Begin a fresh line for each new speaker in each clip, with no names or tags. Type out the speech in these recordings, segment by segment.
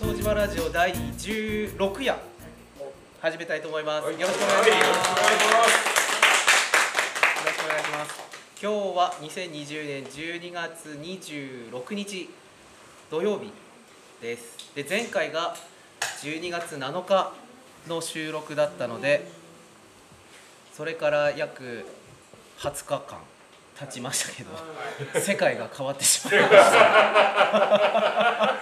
東島ラジオ第16夜始めたいと思います、
はい
よろしくお願いします、
は
よろしくお願いします今日は2020年12月26日土曜日ですで前回が12月7日の収録だったのでそれから約20日間経ちましたけど世界が変わってしまいました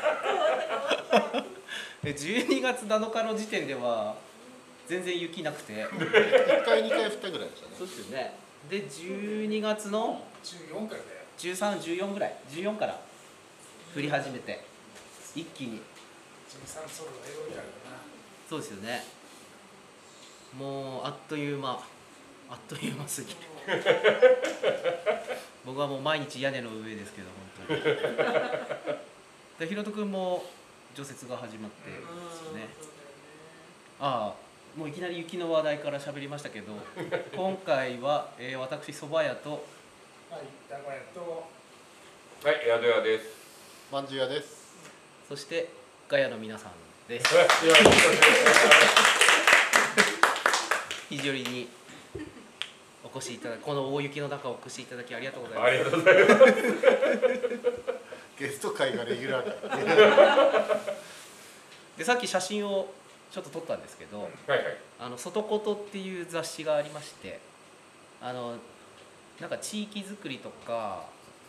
で12月7日の時点では全然雪なくて
一回二回振ったぐらいでしたね。
そうですよね。で12月の14回13、14ぐらい、14から降り始めて一気にそうですよね。もうあっという間、あっという間 すぎる。僕はもう毎日屋根の上ですけど本当に。でひろとくんも除雪が始まってですよね。ああもういきなり雪の話題から喋りましたけ ど今回は、えー、私蕎麦屋と
い、宿屋です。
まんじゅう屋です。
そしてガヤの皆さんです肘折にお越しいただこの大雪の中お越しいただきありがとうございます
ありがとうございます。
ゲスト会がレギュラーだ。
でさっき写真をちょっと撮ったんですけど
はいはい。
「あの外こと」っていう雑誌がありましてあのなんか地域づくりとか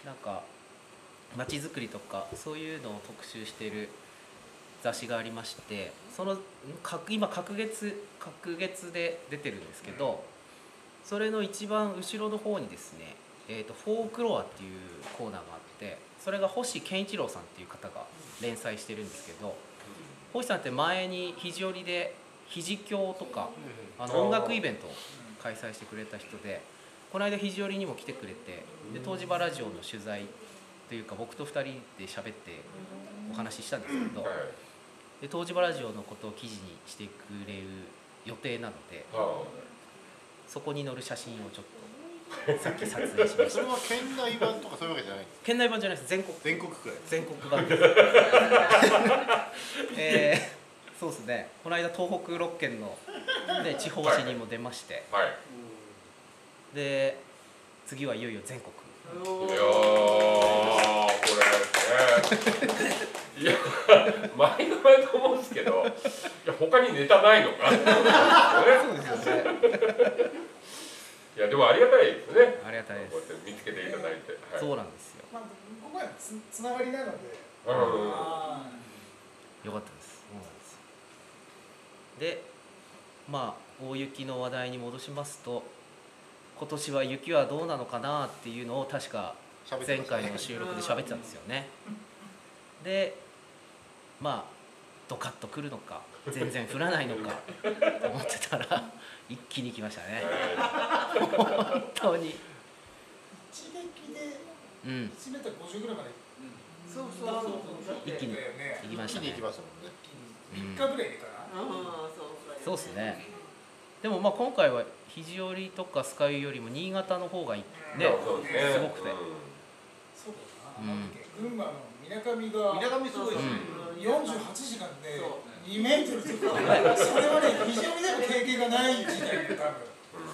なんか町づくりとかそういうのを特集している雑誌がありましてそのか今隔月隔月で出てるんですけどそれの一番後ろの方にですね「えー、とフォークロア」っていうコーナーがあってそれが星健一郎さんっていう方が連載してるんですけど星さんって前に肘折で肘教とかあの音楽イベントを開催してくれた人でこの間肘折にも来てくれてで東芝ラジオの取材というか僕と2人で喋ってお話ししたんですけど
はいはい。
で東芝ラジオのことを記事にしてくれる予定なので
あ
そこに載る写真をちょっとさっき撮影しまし
そ
た
れは県内版とかそういうわけじゃない。
県内版じゃないです全国
全国くらい。
全国版です えーそうですねこの間東北6県の、ね、地方紙にも出まして
あはい。
で次はいよいよ全国
いやーこれね。いや毎度毎度思うんですけど、いや他にネタないの
そ
か。
うですよね
いやでもありがたいですね。
ありがたいで
こ
す
うやって見つけていただいて。はい。
そうなんですよ
まあ、ここはつつながりなので、
うん
よかったですそうなんですよでまあ大雪の話題に戻しますと今年は雪はどうなのかなっていうのを確か
喋って
前
ましたね
回の収録で喋ってたんですよねでまあドカッと来るのか全然降らないのかと思ってたら一気に来ましたね本当に
一撃で
うん
1メートル50ぐらいまで
そうそうそうそう。
一気に
だよね
行きまし
一気
た
に
ね
行きましたもんね。
うん
3日ぐらいかな、
ああ、
そうですね。でもまあ今回は肘折とか酸ヶ湯よりも新潟の方がいいね
いやそうですね。
すごくて
う
そうだ
う
な、なんだ
ん
っけ群馬のみなかみが
水上すごいですね。
48時間で
そ
2メートルとか、それはね、非常にでも経験がない時代で、多分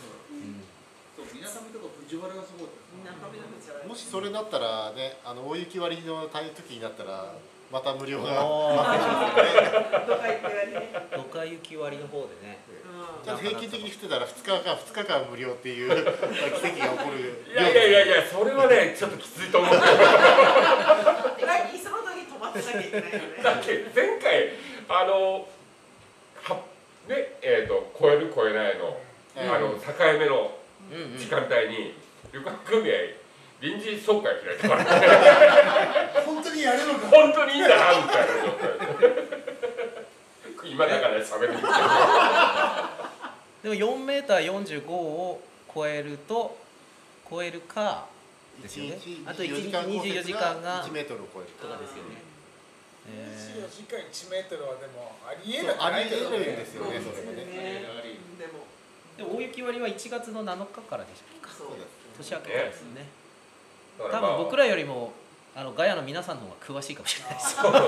そう、水上とか藤原がすごい。水上なんじゃない。
もしそれだったらね、あの大雪割りの大時になったらまた無料が
おー
待ってますよね。
とか言ってやね。
ドカ雪割の方でね
じゃあ平均的に振ってたら二日間二日間無料っていう 奇跡が起こる。
んいやいやいやいやそれはねちょっときついと思う。
うん。来その時止まってなきゃいけないよね。
だって前回あのはねえー、と超える超えないの,、
うん
あの境目の
うんうん
時間帯に旅館組合臨時総会開いたから
本当にやるのか、
本当にいいんだなみたいな状態で今だから喋るんですけど
でも 4m45 を超えると超えるかです
一
よね
日
あと1
24
日24時間が
一メートルを超える。
とかですよねえ
24時間1メートルはでも、ありえ
そう
なく
あ
な
り
いけど
得るん
ね、
ですよね、それが
で
ね。
も、
ーでも大雪割は1月の7日からでしょ
そ
そう
う
です。
年明けからですよね
だか
多
らまあ
分僕らよりもあのガヤの皆さんの方が詳しいかもしれないです
そうだ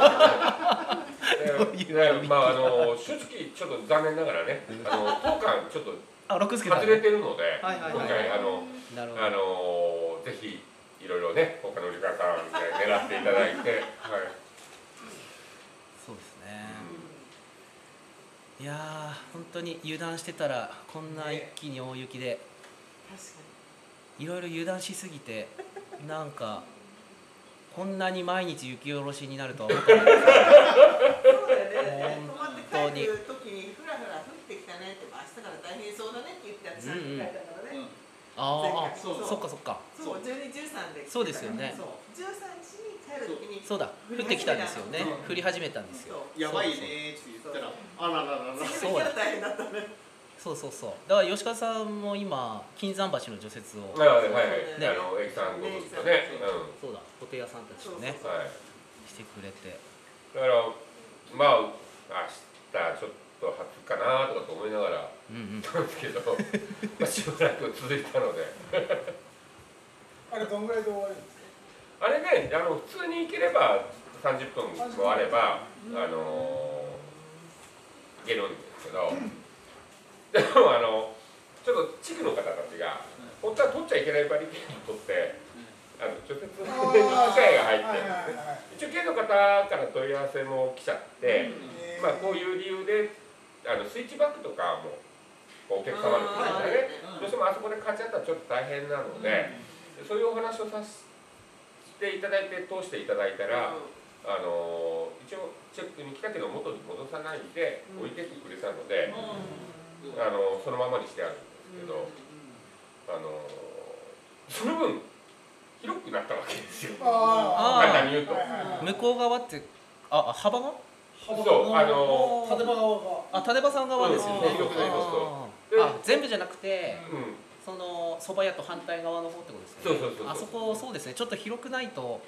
ねねまああの正直ちょっと残念ながらね、あの当館ちょっと
あ六助さん
外れてるので、
はいはいはい
今回あの
なるほど
あのぜひいろいろね他の旅館さんで狙っていただいて、はい。
そうですね、いやー本当に油断してたらこんな一気に大雪でいろいろ油断しすぎてなんかこんなに毎日雪下ろしになるとは思ってないで す
そうだよね。泊まって帰る時にふらふら降ってきたねって、明日から大変そうだねって言って私なんか書いたからね。
ああ
そう
そっかそっか
そう、十二十三で来てたからね。
そうですよね
そう。十三日に帰る時に。
そうだ降ってきたんですよね降り始めたんですよ
そう
やばいねーって言ったらあらららら
次の日から大変だったね。
そうそうそうだから吉川さんも今金山橋の除雪を
なのではい
ね
あの駅さんご存知のね、
そうだ布袋屋さんたちとね
うん、はい。
してくれて
だからまあ明日ちょっと初かなとかと思いながら
うんうん
なんですけど、 まあしばらく続いたので、
あれどんぐらいで終わるんです
あれねあの普通に行ければ三十分もあればあの行けるんですけど、でもあのちょっと地区の方たちが本当は取っちゃいけないバリケードを取って、あの直接
か
機械が入って
はい。はいはいはい
一応県の方から問い合わせも来ちゃって、
えー
まあ、こういう理由であのスイッチバックとかもお客様の方でねどうしてもあそこで買っちゃったらちょっと大変なので、そういうお話をさせていただいて通していただいたら、あの一応チェックに来たけど元に戻さないで
うん
置いてきてくれたので、あのそのままにしてあるんですけど、あのその分広くなったわけですよ
あ
簡
あ
単
に言うと
はいはいはい
向こう側ってああ幅が
そうあの
縦場側が
あ立場さん側ですよね
うん広くなりますと
あー
で
あ全部じゃなくて
うん
その蕎麦屋と反対側の方ってことですね
そうそうそうそう
あそこそうですねちょっと広くないと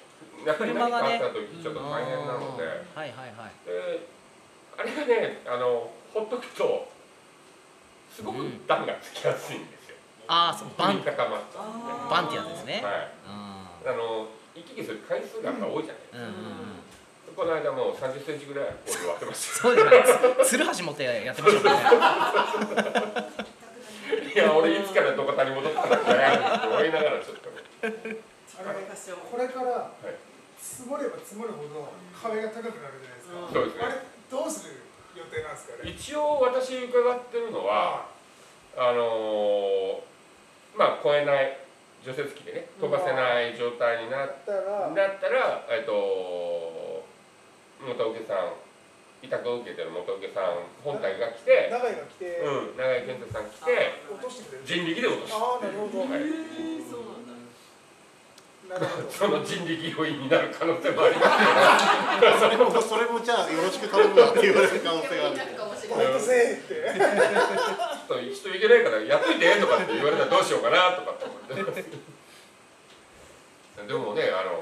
やっぱり何
車が
かあ
ね
った時ちょっと大変なので、
あーはいはいはい
であれがねあのほっとくとすごく段がつきやすいんですよ、
ああそうバン
積み固まっちゃ
あー
バンってやつです
う
ね
はい
うん
あの行き来する回数がやっぱ多いじゃな
うんうん
い、
うん
この間もう3 0ンチぐらい俺割って まし
そうじゃないです鶴橋持ってやってましたもんね
たいや俺いつからどこかに戻ったんだって思いながらちょっとね
あのこれから積もれば積もるほど壁が高くなるじゃないですか、
うん
そうですね
あれどうする予定なんですかね
一応私伺ってるのはあのーまあ越えない除雪機でね飛ばせない状態になっ
だったら
だったら、えっと、元請けさん委託を受けてる元請けさん本体が来て、
長井が来て、
うん、長井健太さん来て
落としてくれる
人力で落とす
ああなるほど、
はい
なるほど
その人力要因になる可能性もあります
それもそれもじゃあよろしく頼むわって言われる可能性がある
ほんとせえって
ちょっと人いけないから雇いてとかって言われたらどうしようかなとかって思ってますでもねあの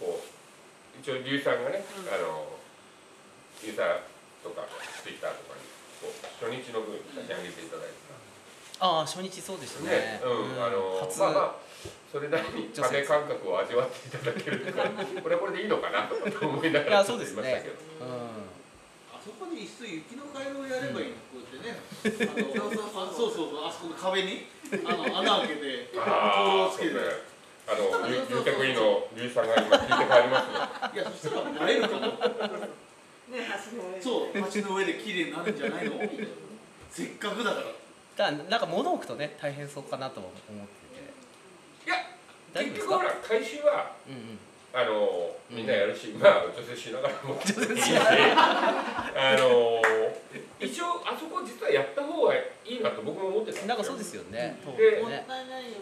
こう一応龍さんがね、
うん
あの龍さんとかツイッターとかにこう初日の分立ち上げていただいて。
ああ初日そうでしたね
ね、うん、あの
初
まあまあそれなりに
女性
壁感覚を味わっていただけるとか、これはこれでいいのかなとかと思いなが
いや
ら
そうですね
ちょっと言いまし
あそこで一
うん
たけど
層雪の回廊をやればいいの、こうやってね。あのあそうそうそう、あそこの壁に、あの穴開けて、灯を
ああ、
つ
そう
けて。
ね
い。
あの、ゆゆうたくいのゆうさんが今聞いて帰ります
や、
ね。
そしたら、慣れると思う。
そう。
そう、街の上で綺麗になるんじゃないの。せっかくだから。
だからなんか物置くとね大変そうかなとは思ってて
いや
大丈夫で
結
す
局ほ、
から
回収は
うんうん
あの
うん
みんなやるし、まあ女性しながらもいいし、あ の一応あそこ実はやった方がいいなと僕も思ってた
なんか そうです
よ。
すよね。
うん
東京
もっ
ね
たいないよね。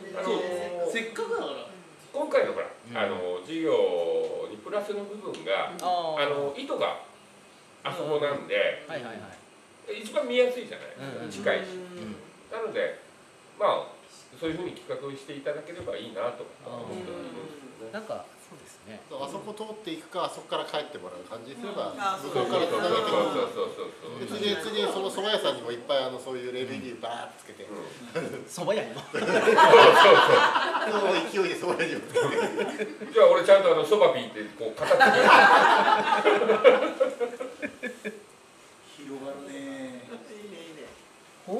そう、せっかくだから。
今回のほら、
うん
あの事業にプラスの部分が。
ああ
あの糸があそこなんで、
はいはいはい。
一番見やすいじゃない、
うん
近いし、
うん
なのでまあそういうふうに企画をしていただければいいなとは思ってますね
なんかそうですね。
そうあそこ通っていくかあそこから帰ってもらう感じにすれば
うんあー
向
そ
こう
う
からつなげてもらう
そうそうそうそう
別に別にその蕎麦屋さんにもいっぱいあのそういうレベルにバーッつけて、
うん
蕎麦屋にも。
その勢いで蕎麦屋にもつけて
じゃあ俺ちゃんとあのそばピーってこう形で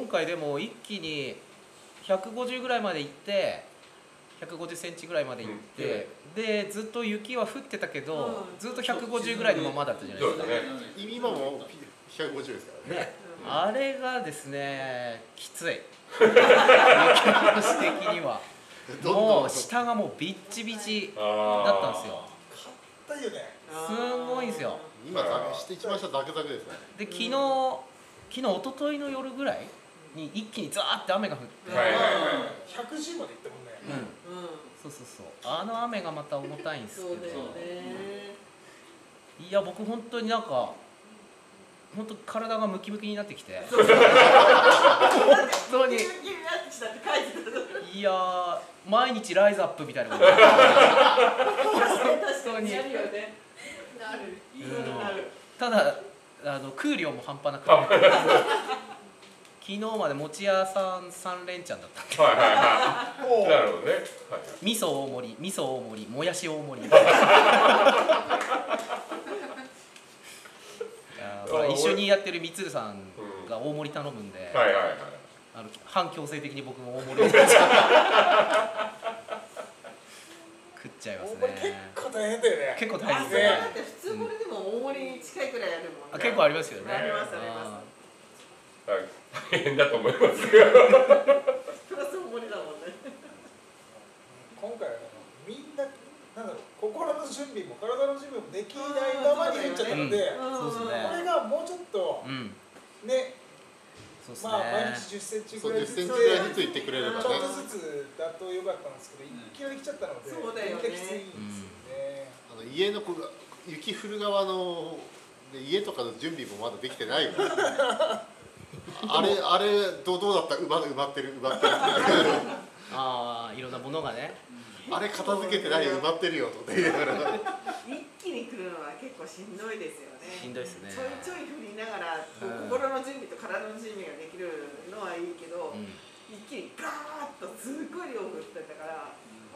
回でも一気に150ぐらいまで行って150センチぐらいまで行って、でずっと雪は降ってたけど、
うん
ずっと150ぐらいのままだったじゃないですか、
そうだね
今も150ですからね
あれがですねきつい 私的には
どんど
も
ん
う下がもうビッチビチだ
あ
ったんですよ
だよね
すんごいんですよ
今ザクしてきましたザクザクですね
で昨日昨日一昨日の夜ぐらいに一気にザーって雨が降って、
はいはいはい
110までいったもんね
うん、そうそうそうあの雨がまた重たいんですけど
そうだよね
いや僕本当になんか本当体がムキムキになってきて本当に
急になってきたって書いてたの
いやー毎日ライズアップみたいなこと
確かにやるよねなるいいことなる
ただあの空量も半端なくて昨日まで餅屋さん3連チャンだった
はいは
お
いはいなるほどねはい
味噌大盛り味噌大盛りもやし大盛りいやーまあ一緒にやってるみつるさんが大盛り頼むんで、
はいはいはい
あの反強制的に僕も大盛りになっちゃう食っちゃいます
大
ね
盛り結構大変だよね
結構大
あ
変
そ
です
れ
ね
だって普通盛りでも大盛りに近いくらいあるもん
あ
ね
結構ありますよね
ありますあります
大変だと 思いますけど
プラス大盛りだもんね
今回はみんななんだろう心の準備も体の準備もできないままに入っちゃったので、
そうです
これ
ね
がもうちょっと
うんうん
ね
そうですね、
まあ毎日10センチ
そ
ぐ
う
ら
10
いずつ
セ
で
ン
ち
チぐ
ょ
らいずついってくれればね
っとずつだとよかったんですけど一気にできちゃったので
そうだよね
めっちゃきついんですよね
あの家の子が雪降る側ので家とかの準備もまだできて ないからあれあれどうどうだった埋ま埋まってる埋まってる
ああいろんなものがね
あれ片付けてないよ埋まってるよとか言いながら
一気に来るのは結構しんどいですよね
しんどいっすね
ちょいちょい振りながらこう心の準備と体の準備ができるのはいいけど、
うん
一気にガーッとすっごい量降ってたから
ま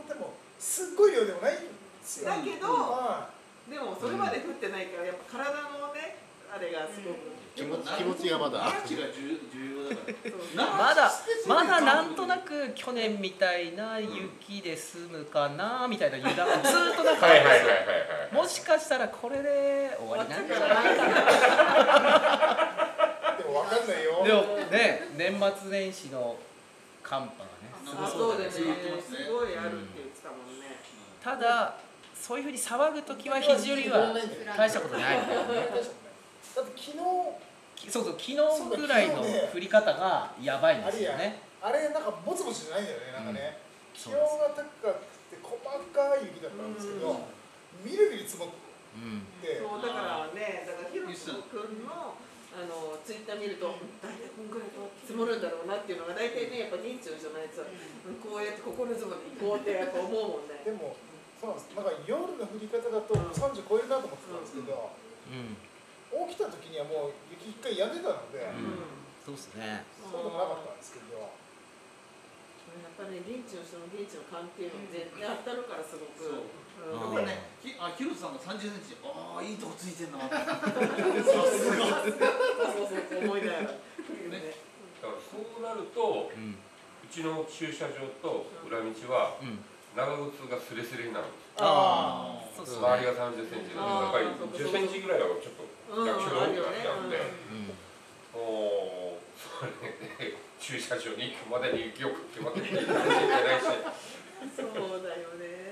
あでもすっごい量でもないんですよ
だけど
まあ
でもそれまで降ってないからやっぱ体のねあれがすごく、
気持ち気持ちがまだ
アーチが重重要だから
そう
な
まだまだなんとなく去年みたいな雪で済むかなみたいな油断 がずーっとなんか
はいはいはいはいはい
もしかしたらこれで終わりなんじゃない
でもわかんないよ
でもね年末年始の寒波がね
あそうだよねす
そうですね
ごいあるって言ってたもんね、
ただそういうふうに騒ぐ時は肘よりは大したことないみたいなね
だって昨日
きそうそう昨日ぐらいの降り方がやばいんですよね
あれなんかもつもつじゃないんだよねなんかね、
そ
気
う
温
です
が高くて細かい雪だったんですけど、みるみる積もっ
うん
て
そうだからねだからひろき君のあのツイッター見ると大体こんぐらい積もるんだろうなっていうのが大体ねやっぱ認知の人のやつはこうやって心積もり行こうってやっぱ思うもんね
でもそうなんですなんか夜の降り方だと30超えるなと思ってたんですけど、
うん
起きた時にはもう雪一回やんでたので、
うんそうですね
そうでもなかったんですけど、
やっぱね、現地の人の現地の勘っていうのは絶対当たるからすごく。
そうこ
うん
れねひあ広瀬さんが三十センチああいいとこついてんなさすが
そうそうそう、思いながら。ね
だからそうなると
うん
うちの駐車場と裏道は
うん
長靴がスレスレになるんです
あ
あ
あそうです
周
ね
りが3 0ンチなのでやっぱり1 0ンチぐらいはちょっと
うん、
学習が多
ある
く
よ
なっ
ね
ちゃうんで、。
うん
もうそれで駐車場に行くまでに雪をかきまでに行かなきゃいけないし
うんそうだよね。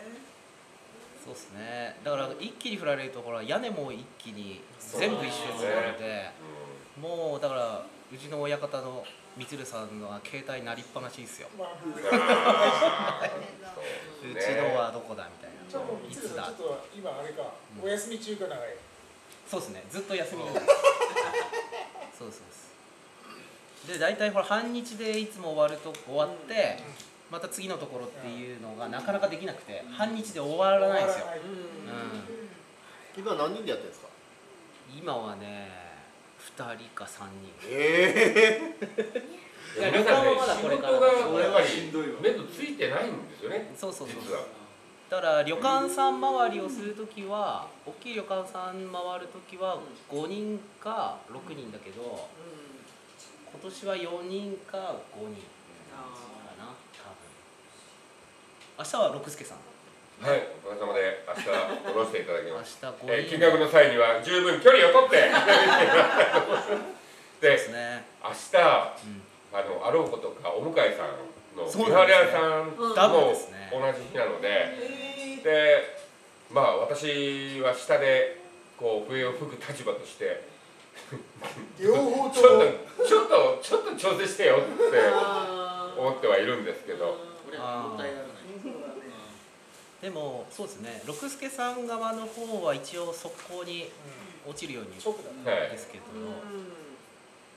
そうですねだから一気に振られるところは屋根も一気に全部一緒になるのでもうだからうちの親方のみつるさんのは携帯鳴りっぱなしですよ
まあ、
うんあーそう
う
で
ち
すね
のはどこだみたい
ちょっと
ない
三
つ
つ
だ
ちょっと今あれか、
う
お
ん
休み中か長い。
そうですねずっと休みなんですそうですそうですで大体ほら半日でいつも終わると終わってまた次のところっていうのがなかなかできなくて半日で終わらないんです
終
よ
わ、ら
う。
うんん、
今何人でやってるんですか
今はね2人か3人
え
いや旅館はまだこれから
仕事がやっぱり
しんどいわ
目ついてないんですよね
そうそうそう
実は
だから旅館さん周りをするときは大きい旅館さん回るときは5人か6人だけど今年は4人か5人かな多分明日は六輔さん
はい、おかげさまで明日下ろしていただき
明
まし
日5
た。
人、
えー見学の際には十分距離をと って。
で
で、
すね、
明日あ
うん
のあろうことかお向かいさんの
そう
リ
な
ハ
んですね
レアさんも
ダブル
同
ですね
じ日なので、
えー
で、まあ私は下でこう笛を吹く立場として、
両方
ち
と
ょ
も
っとちょっとちょっと調整してよって
あー
思ってはいるんですけど、
俺はもったいなくない
そうだね
でもそうですね六輔さん側の方は一応速攻に落ちるように
直だね
は
で
い、
すけど、
うん
うん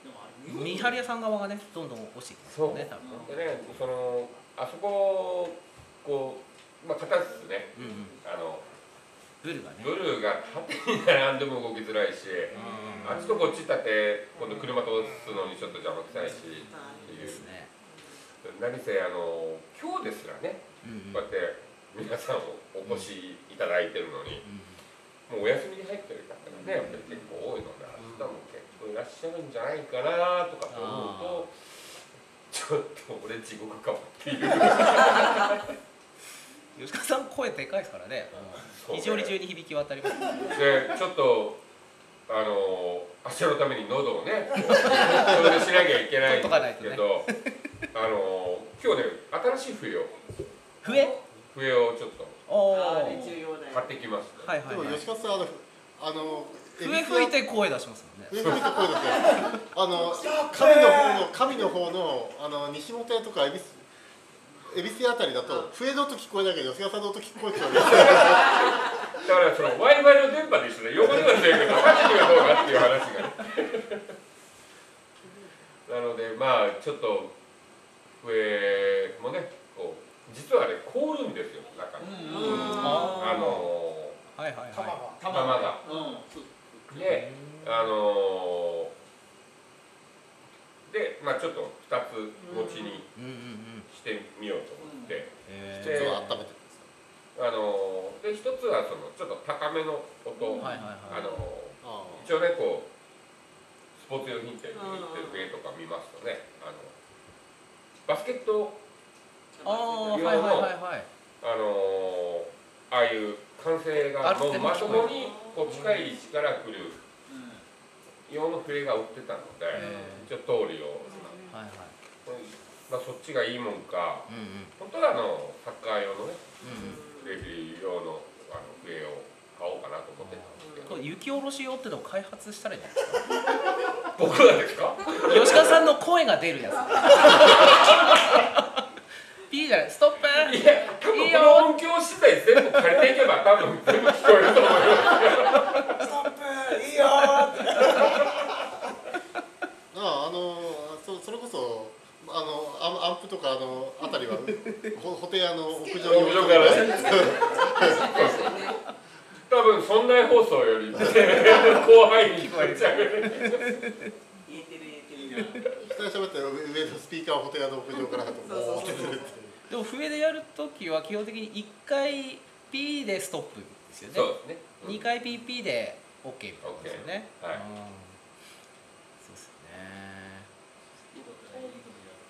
でもあれ
三春屋さん側がねどんどん落ちてきますよね多分
でね、そのあそこをこうまあ片ですね、
うんうん
あの。
ブルがね
ブルーが縦に並んでも動きづらいし、あっちとこっち立て今度車通すのにちょっと邪魔くさいしって
うん
いう
ですね
何せあの今日ですらね
うんうん
こうやって皆さんお越しいただいてるのにもうお休みに入ってる方がねやっぱり結構多いので明日も結構いらっしゃるんじゃないかなとかと思うとちょっと俺地獄かもっていう
うん吉川さん声でかいですからね非常に中に響き渡ります
でちょっとあの足のために喉をねこう調整しなきゃいけないんですけど、あの今日ね新しい笛を
笛
笛をちょっと
おお
あ
はい
ー重要だよ
買ってきます、
はい
でも
はい
吉川さんあのあの
笛吹いて声出しますもんね
上向いて声出てあの神の方の神の方のあの西本屋とか恵比寿恵比寿あたりだと笛の音聞こえないけど吉川さんの音聞こえてる
だからそのワイワイの電波で一緒で横には出るけど縦にはどうかっていう話がねなのでまあちょっと笛もねこう実はあれ凍るんですよ中に、
うん
うん
あの
はいはい
玉が
は
玉
玉が
うんそう
であのーで、まあ、ちょっと2つ持ちに
いうんうんうん
してみようと思って、
へ
そ
ー
れ
で
は温めて
あのーで1つはそのちょっと高めの音、
はいはいはい
あの
あ
ー一応ねこうスポーツ用品店に行ってる芸とか見ますとねあのバスケット、
ああーはいはいはいはい
あのーああいう歓声
あれ
がもうまともにこう
うん
近い位置から来る用の笛が売ってたので
へー
一応通りを。
はいはい
まあ、そっちがいいもんか
うんうん
本当はあのサッカー用のね
うんうん
レフェリー用のあの笛を買おうかなと思ってたんです
こ
けど
れ雪下ろし用ってのを開発したらいいんじゃない
僕はですか
吉川さんの声が出るやつ ピーじゃないストップ
いや多分この音響資材全部借りていけば多分全部聞こえると思います
ストップいいよーって
ああのそそれこそあのアンアンプとかあのあたりはほホテイの屋上に
屋上から
置いてある
確かにね
多分村内放送より全然広範囲に聞こえちゃう
言えてる言えてる
いいなうん
二人喋ってる上のスピーカーをホテイの屋上からと
そうそう
思って
そう
でも笛でやるときは基本的に1回ピーでストップです
そ
よ
う
ね
ですね、
2回ピーピーで OK みたいなことですよね、
OK はい
うんそうですね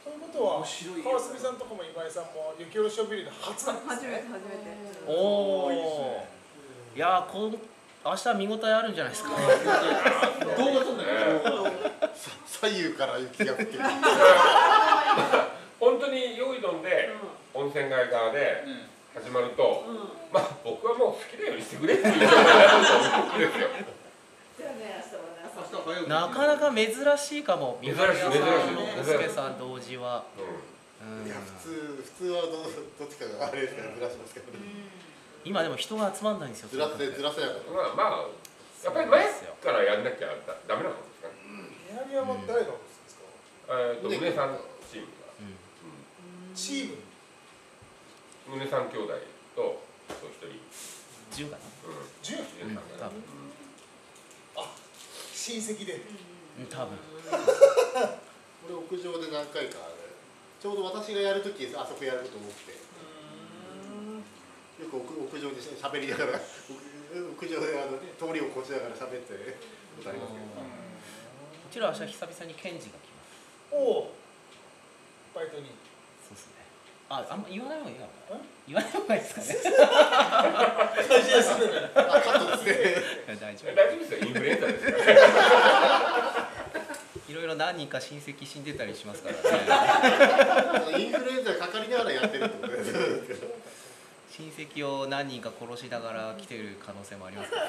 そういうことは
面白いやつ
川澄さんとかも今井さんも雪下ろしをビリの初なんです
初め
ね
て初めて
おおーいやーこん明日見応えあるんじゃないですか
動画撮んだよ動画
左右から雪が降ってくる
本当に用意どんで温泉街側で
うん
始まると
うんうん
まあ僕はもう好きなようにしてくれっていう状態だと思うんですよ
じゃあね
明日早起き
なかなか珍しいかも
珍しい
三原さん
珍しい
の助さん同時は、
うん
うん
いや普通普通はどどっちかがあれですからずらしますけど、ね、
今でも人が集まんないんですよ
ずらせずらせなかっ
まあまあやっぱり前からやんなきゃだダメなのですかね。
南山誰のですか
えっと
ね
胸さんチー
う
ム
ん
チーム
が、うん、胸さん兄弟とそう一人、
10
うん、
かな
純
胸さんが、ね
親戚で
うん多分
た俺屋上で何回かあれちょうど私がやるときあそこやること多くてよく屋屋上でしゃべりながら屋屋上であの通りを越しながら喋ってることありますけど
こちらは明日久々にケンジが来ます
をバイトに
そうですねああんま言わない方がいいかなん言わない方がいいですかね
会社休んでない
あカットですね
大丈
大丈夫ですよ、インフルエンザですよ。
夫いろいろ何人か親戚死んでたりしますからね
インフルエンザかかりながらやってるってことです
親戚を何人か殺しながら来てる可能性もありますから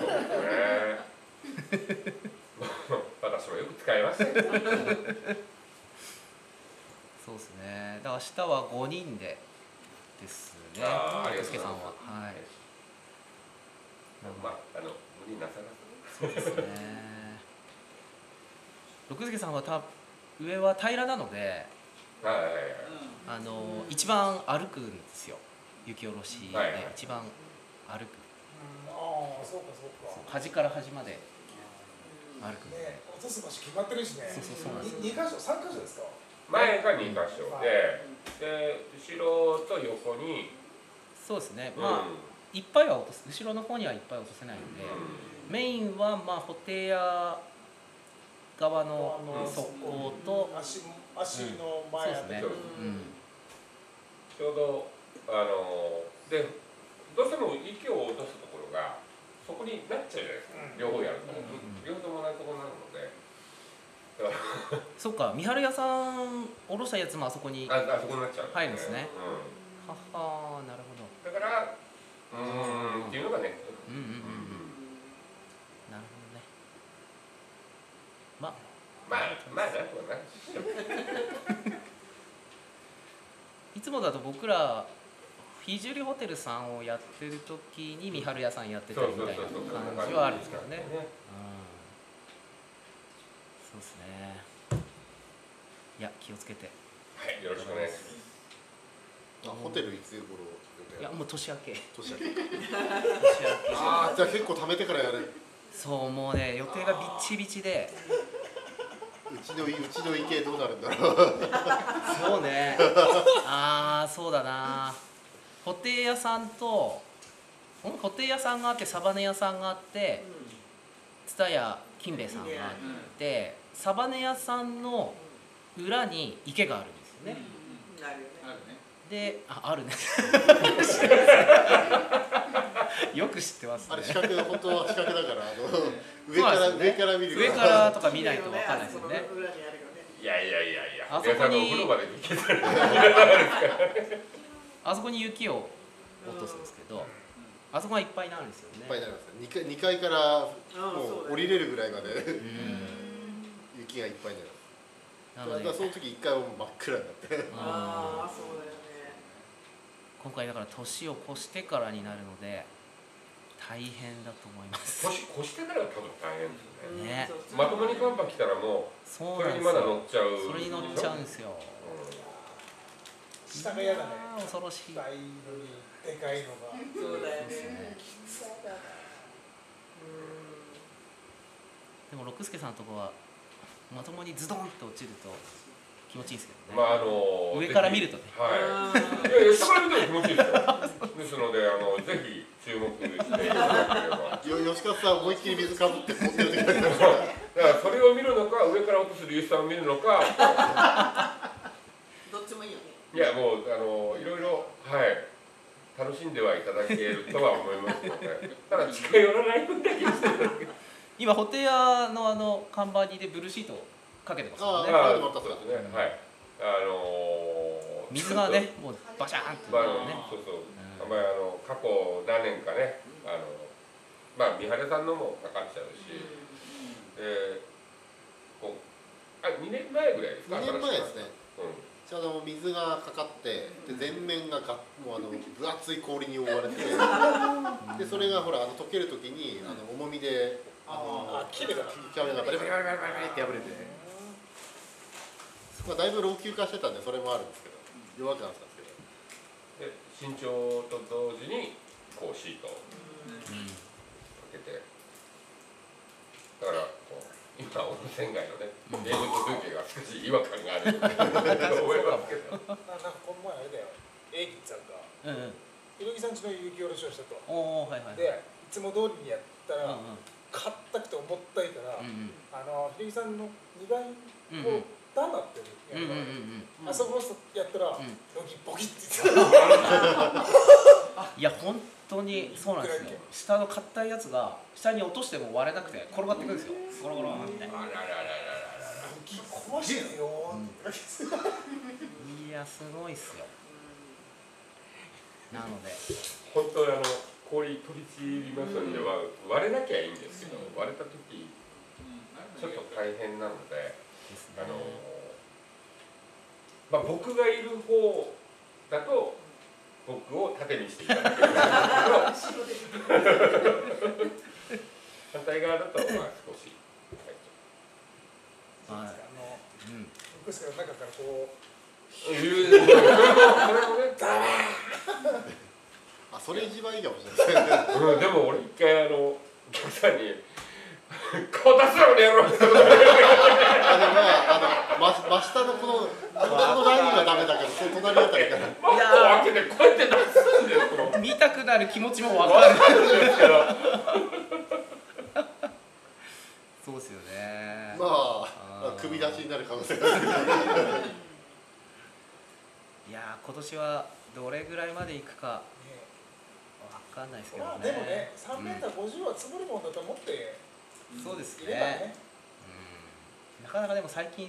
そうですね。 私もよく使いましたよ。
そうですねだから明日は5人でですね
あーありがとうございます
介さんははい
まあ、あの、無理なさらず。
そうですね。六助さんはた上は平らなので、
はいはい
あの、
うん
一番歩くんですよ。雪下ろしで、
はいはい
一番歩く。
ああそうかそうか
端から端まで歩くんで。
ね落とす場所決まってるしね
そうそうそうなんですよ
2箇所3箇所ですか
前が二箇所で、で、後ろと横に、
そうですね。
うん
まあ、いっぱいは落とす後ろの方にはいっぱい落とせないので、メインはまあホテイヤ側の
あの
側行と、
足足の前
そうですね
そう
う
で
うん、
すちょうど、あの、で、どうしても息を落とすところが、そこになっちゃうじゃないですか。両方やると、
ん
両方とも同じところになるので。
そっか三春屋さん下ろしたやつもあそこに。は
あ、あそこになっちゃうん
入るんですね
う
っはーなるほど。
ん、だからうーんっていうのがね、
うんうんうんうん。なるほどね。まあ、
まあまあなんとかなるでしょう
いつもだと僕ら。フィジュリホテルさんをやってる時に三春屋さんやってた
そう
りみ
そう
たい
そうそう
な感じはあるんですけどね。うん
ね
そうですね。いや気をつけて。
はいよろしくお願いし
あホテルいつ頃
いやもう年明け。
年明け
年明け。
ああじゃあ結構貯めてからやるう
そうもうね予定がビッチビチで。
ちのうちの池どうなるんだろう
そうね。ああそうだな。ホテイ屋さんと、んホテイ屋さんがあってサバネ屋さんがあって。蔦屋金兵衛さんがあってサバネ屋さんの裏に池があるんですよね、
なるよね
あるね
でああ るねよく知ってます
あれ四
ね
角本当は四角だからあ の上から、
そうなんですね
上から見る
上からとか見ないとわかんないですよね
あそこの裏にあるよね
ますいやいやいやいや
あそこに
皆さんのお風呂まで行けたら
あそこに雪を落とすんですけどあそこがいっぱいになるんですよ
い
ね
っぱいになりますね二階二階から
うん
も
そう
う
だ
降
よ
りれるぐらいまで
うん
雪がいっぱいになる
な
だ
の
か
で
らその時一回はもう真っ暗になって
あ
ああそうだよね
ー今回だから年を越してからになるので大変だと思い ます
腰腰してからが多分大変ですよね
ね
うん
まともに寒波来たらもう
そ
そうれ
なん
に
です
まだ
よ
乗っちゃう
それに乗っちゃうんですよ
下が嫌だね
あー恐ろしい
大のにでかいのが
そうだよ
で
ね
すねでも六助さんのとこはまともにズドンって落ちると気持ちいいですけどね、
まああの
上から見るとね
は
うん
いいやいや下から見ても気持ちいいですよですのであのぜひ注目していただければ
よ吉川さん思いっきり水かぶって 持ってる時あります
だからそれを見るのか上から落とす流産を見るのか
どっちもいいよね
いやもうあのいろいろはい楽しんではいただけるとは思いますので、ただ近寄らない分だけしてる。
今ホテイヤのあの看板にでブルーシートをかけてますもん
あ
ね
ー
そうですね。はい。あのー、
水がねもうバシャーンって
まあ
ね
そうそう。あんまりあの過去何年かね、あのまあ三原さんのもかかっちゃうし、で、こうあ二年前ぐらいですか。
2年前ですね
新しい
じゃああの水がかかってで全面ががもうあの分厚い氷に覆われてでそれがほらあの溶ける時にあの重みであの
あー切れが
キャメがバリバリバリバリバリって破れてまあだいぶ老朽化してたんでそれもあるんですけど弱くなってたんですけど
うん。で身長と同時にこうシートをかけてだからこう今温泉街のね名物風景が少し違和感があると思いますけ ど
ななんかこの前あれだよエイキさんが
うんうんうん
ひろぎさんちの雪下ろしをしたと
おおはいはいはい
でいつも通りにやった
うん
ら硬くて重ったいから、
うんうん
あのひろぎさんの荷台
うんうん
をったんだって
うんうんうんうん
あそこやったら、
ん
ドキボキって
いや本当にそうなんですよ下の硬いやつが下に落としても割れなくて転がってくるんですよゴロゴロンって
あらららららら
ドキ壊してよーって
いやすごいっすよなので
本当にあの氷取り散りますので、まあ割れなきゃいいんですけど割れた時ちょっと大変なので
ですね
あの、まあ、僕がいる方だと僕を縦にしていただ けるんですけど反対側だとまあ少し、
あ
は
はい
の
いうん
福祉の中からこう
それもそれもねダメ
あそれ一番いいかもしれない
うん、でも俺一回あのお客さんに「顔出すなこの野郎!」って
あでもまああのま真下のこのこのラインがダメだからその隣あたりから
マスクを開けてこうやって出すんですよ
見たくなる気持ちもわ
わ
かる
かるんですけど
そうですよね
ま
あ
あ
ー
首出しになる可能性がある
いやー今年はどれぐらいまでいくかわ
ね
かんないですけどね
まあでもね3メーター50は積もるもんだと思ってい
うんそうです
ればね
ねうんなかなかでも最近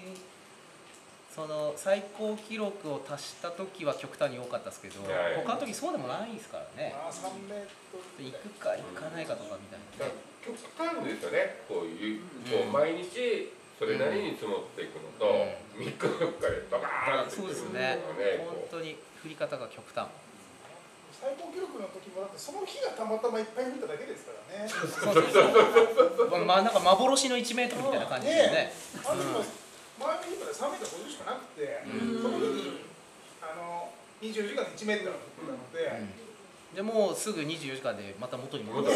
その最高記録を達した時は極端に多かったですけど
はい
他の時そうでもないですからね
まあ3メートル
行くか行かないかとかみたいなね
極端ですよねこういう
うん
こう毎日それなりに積もっていくのと
う
3日4日でドカーンって
そうです
ね
ね本
こう
当に振り方が極 端
最高記録の時もだってその日がたまたまいっぱい降っただけですからね
そうそうそうまあなんか幻の1メートルみたいな感じですよね
あの日も前の日から3メーター50しかなくて
う
そ
ん
の日にあの24時間で1メートル降ったので、
でもうすぐ24時間でまた元に戻 って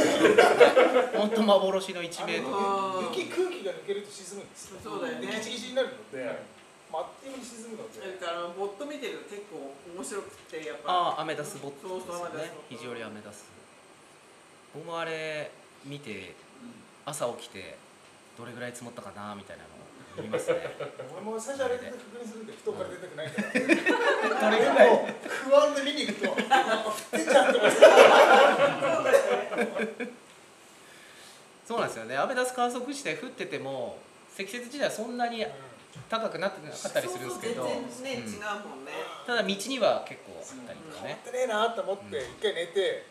本当幻の1メートル
あー
雪空気が抜けると沈むんですよ
そうだよね
でギチギチになるので、まあ、あっという間に沈むので
なんかあのボット見てると結構面白くてやっぱ
ああアメダスボットです
そうそう
よ
アメダ
ね
スボット
肘折アメダス僕もあれ見て朝起きてどれぐらい積もったかなみたいなのを見ますね
俺も最初あれで確認するんで布団から出たくないから
どれぐら
で
い
も不安で見に行くとあ降ってんじゃんとか
そうだよね
そうなんですよねアメダス観測地点降ってても積雪自体はそんなに高くなってなかったりするんですけど
そうそう全然ね、
うん
違うもんね
ただ道には結構あったりとかね
やってねえなと思って一回寝て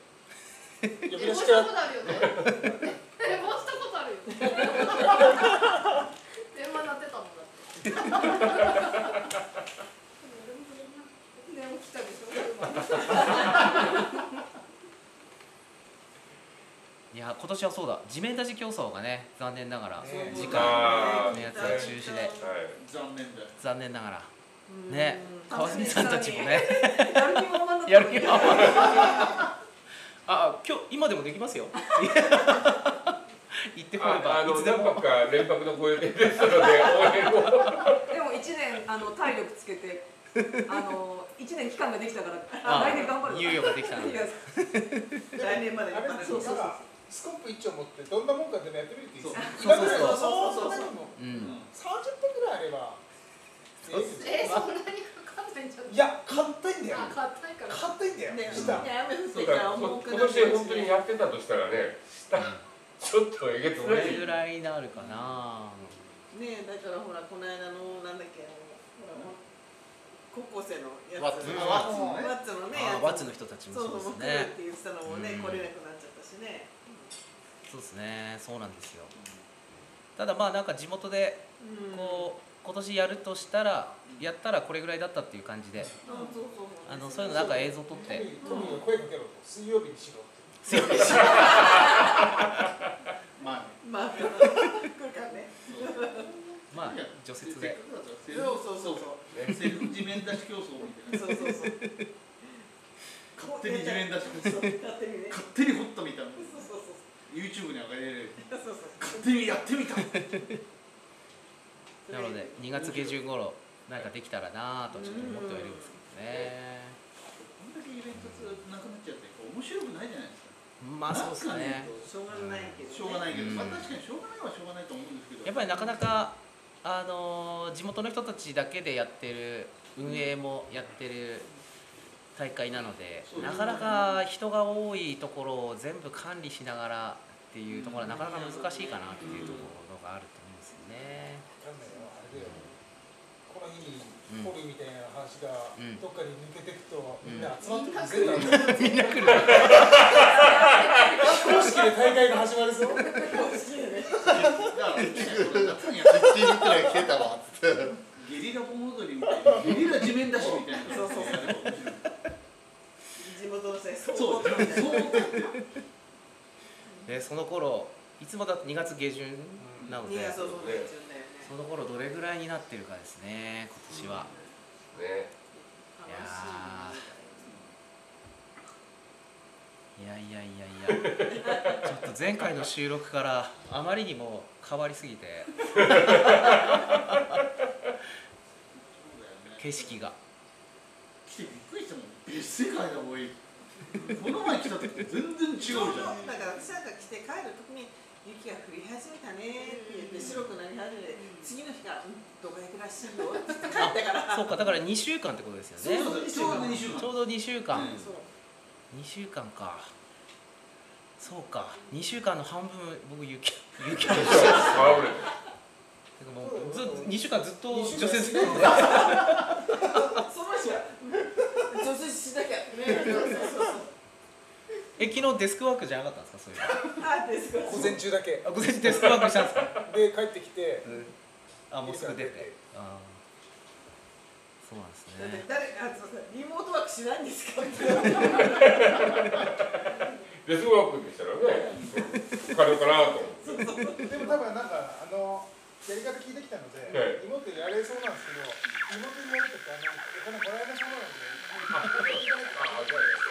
呼び
え
出
もう
しか
した
ら
ことあるよね。えもうしたことあるよね。電話鳴ってたもんだって。でも来たでしょ。車
いや今年はそうだ地面立ち競争がね残念ながら
ね
時間
あー
のやつは中止で
はい
残念だよ。
残念ながら
うん
ね川澄さんたちもね
やる気満々だった
やる気はあ今日今でもでき ますよ行ってこれば
ああの
いつで
何
も
泊か連泊のご予定です ので応援を
でも一年あの体力つけてあの一年期間ができたからあ
あ
来年頑張る
猶予ができたの
いや
で
来年までに
あれ
そ
そうう
そ
た
うそう
だスコープ一丁持ってどんなもんかでもやってみるといいですよ
そう
今ぐらい
そう
そう
そうそう
そうそう
も
う
うん
ん
30分ぐらいあればいいです
え
よ
そんなにかかんないんじゃない。
いや硬いんだよ
あ硬いから。
硬いんだよ
ね
下
いや雨降っ
そ
て
う
きたら
だ
重
こ
く
今
なって
年本当にやってたとしたらね下ちょっとえげつ
ど
な
れ
い
ぐらいになるかな
ねだからほらこの間のなんだっけあのほら高校生のや
ワ
つ
ッツ
うん
あワ
ッツのね
ワッツのねや
あ
つ
バツの人たちも
そう
そう
そう
です
僕
ね
って言ってたのもね、
うん
来れなくなっちゃったしね
そうですねそうなんですよただまあなんか地元で
うん
こう今年やるとしたらやったらこれぐらいだったっていう感じで
あそうそうそう
あのそういうのなんか映像撮って
トミーが声かけろと水曜日にしろって
強い
まあ、
まあ来るからね
まあ除雪で
そうそうそうそう。セルフ地面出し競争みたいな。
そうそう そう
勝手に地面出し競
勝
争。
手にね
勝手に掘ったみたいな。
そうそうそう
YouTube に上がれる。
そうそうそう
勝手にやってみた。
なので2月下旬頃なんかできたらなぁとちょっと思ってはいるんですけどね
こんだけイベントつなくなっちゃって面白くないじゃないですか。
まあそうですね
しょうがないけど、ね、
しょうがないけど、
うん
まあ確かにしょうがないはしょうがないと思うんですけど。
やっぱりなかなかあの地元の人たちだけでやってる運営もやってる大会なので
そう
なかなか人が多いところを全部管理しながらっていうところはなかなか難しいかなっていうところがあると思うんですよね。
わかんないよあれだよこの日にコビみたいな話が
うん
どっかに抜けてくと
うん
みんな集まってくるんだよ
みんな来る
非公式で大会が始まるぞ
チームくらい来てたわっつって
ゲリラ盆踊りみたいな、ゲリラ地面出しみたいな。
そうそう地元の人にそう
そ
思
う
ってみたいな
そう
でその頃いつもだと2月下旬なの
い
で
やそう
そ
そうそうですよね
の頃どれぐらいになってるかですね今年は。
ね
楽
い
し
やいやいやいやいや ちょっと前回の収録からあまりにも変わりすぎて景色が
来てびっくりしたもん。別世界だもん。おいこの前来た時と全然違うじ
い
ゃん。
だから私なんか来て帰る時に雪が降り始めたねって言って白くなり始めて次の日が「うんどこへ暮らしいの?」って言って帰ったから
そうかだから2週間ってことですよね
そうそう一週間二週間
ちょうど2週間、
うん
そう
2週間かそうか2週間の半分僕 雪雪
えあ俺
もうず2週間ずっと除雪
二
して
週間
るんだ
その人が「除雪しなきゃ」ねそうそうそう
え昨日デスクワークじゃなかったんですかそういう
あですか
午前中だけ
のあ午前中デスクワークしたんですか
で帰ってきて
あもうすぐ出てあーそうなんです
だって
ね
誰かあそうそうリモートワークしないんですかって
デスクワークでしたらねお金かなと思って
でも多分なんかあのやり方聞いてきたので、
え
妹やれそうなんですけど妹にやるときあのお金もらえなそうなので
ああじゃあね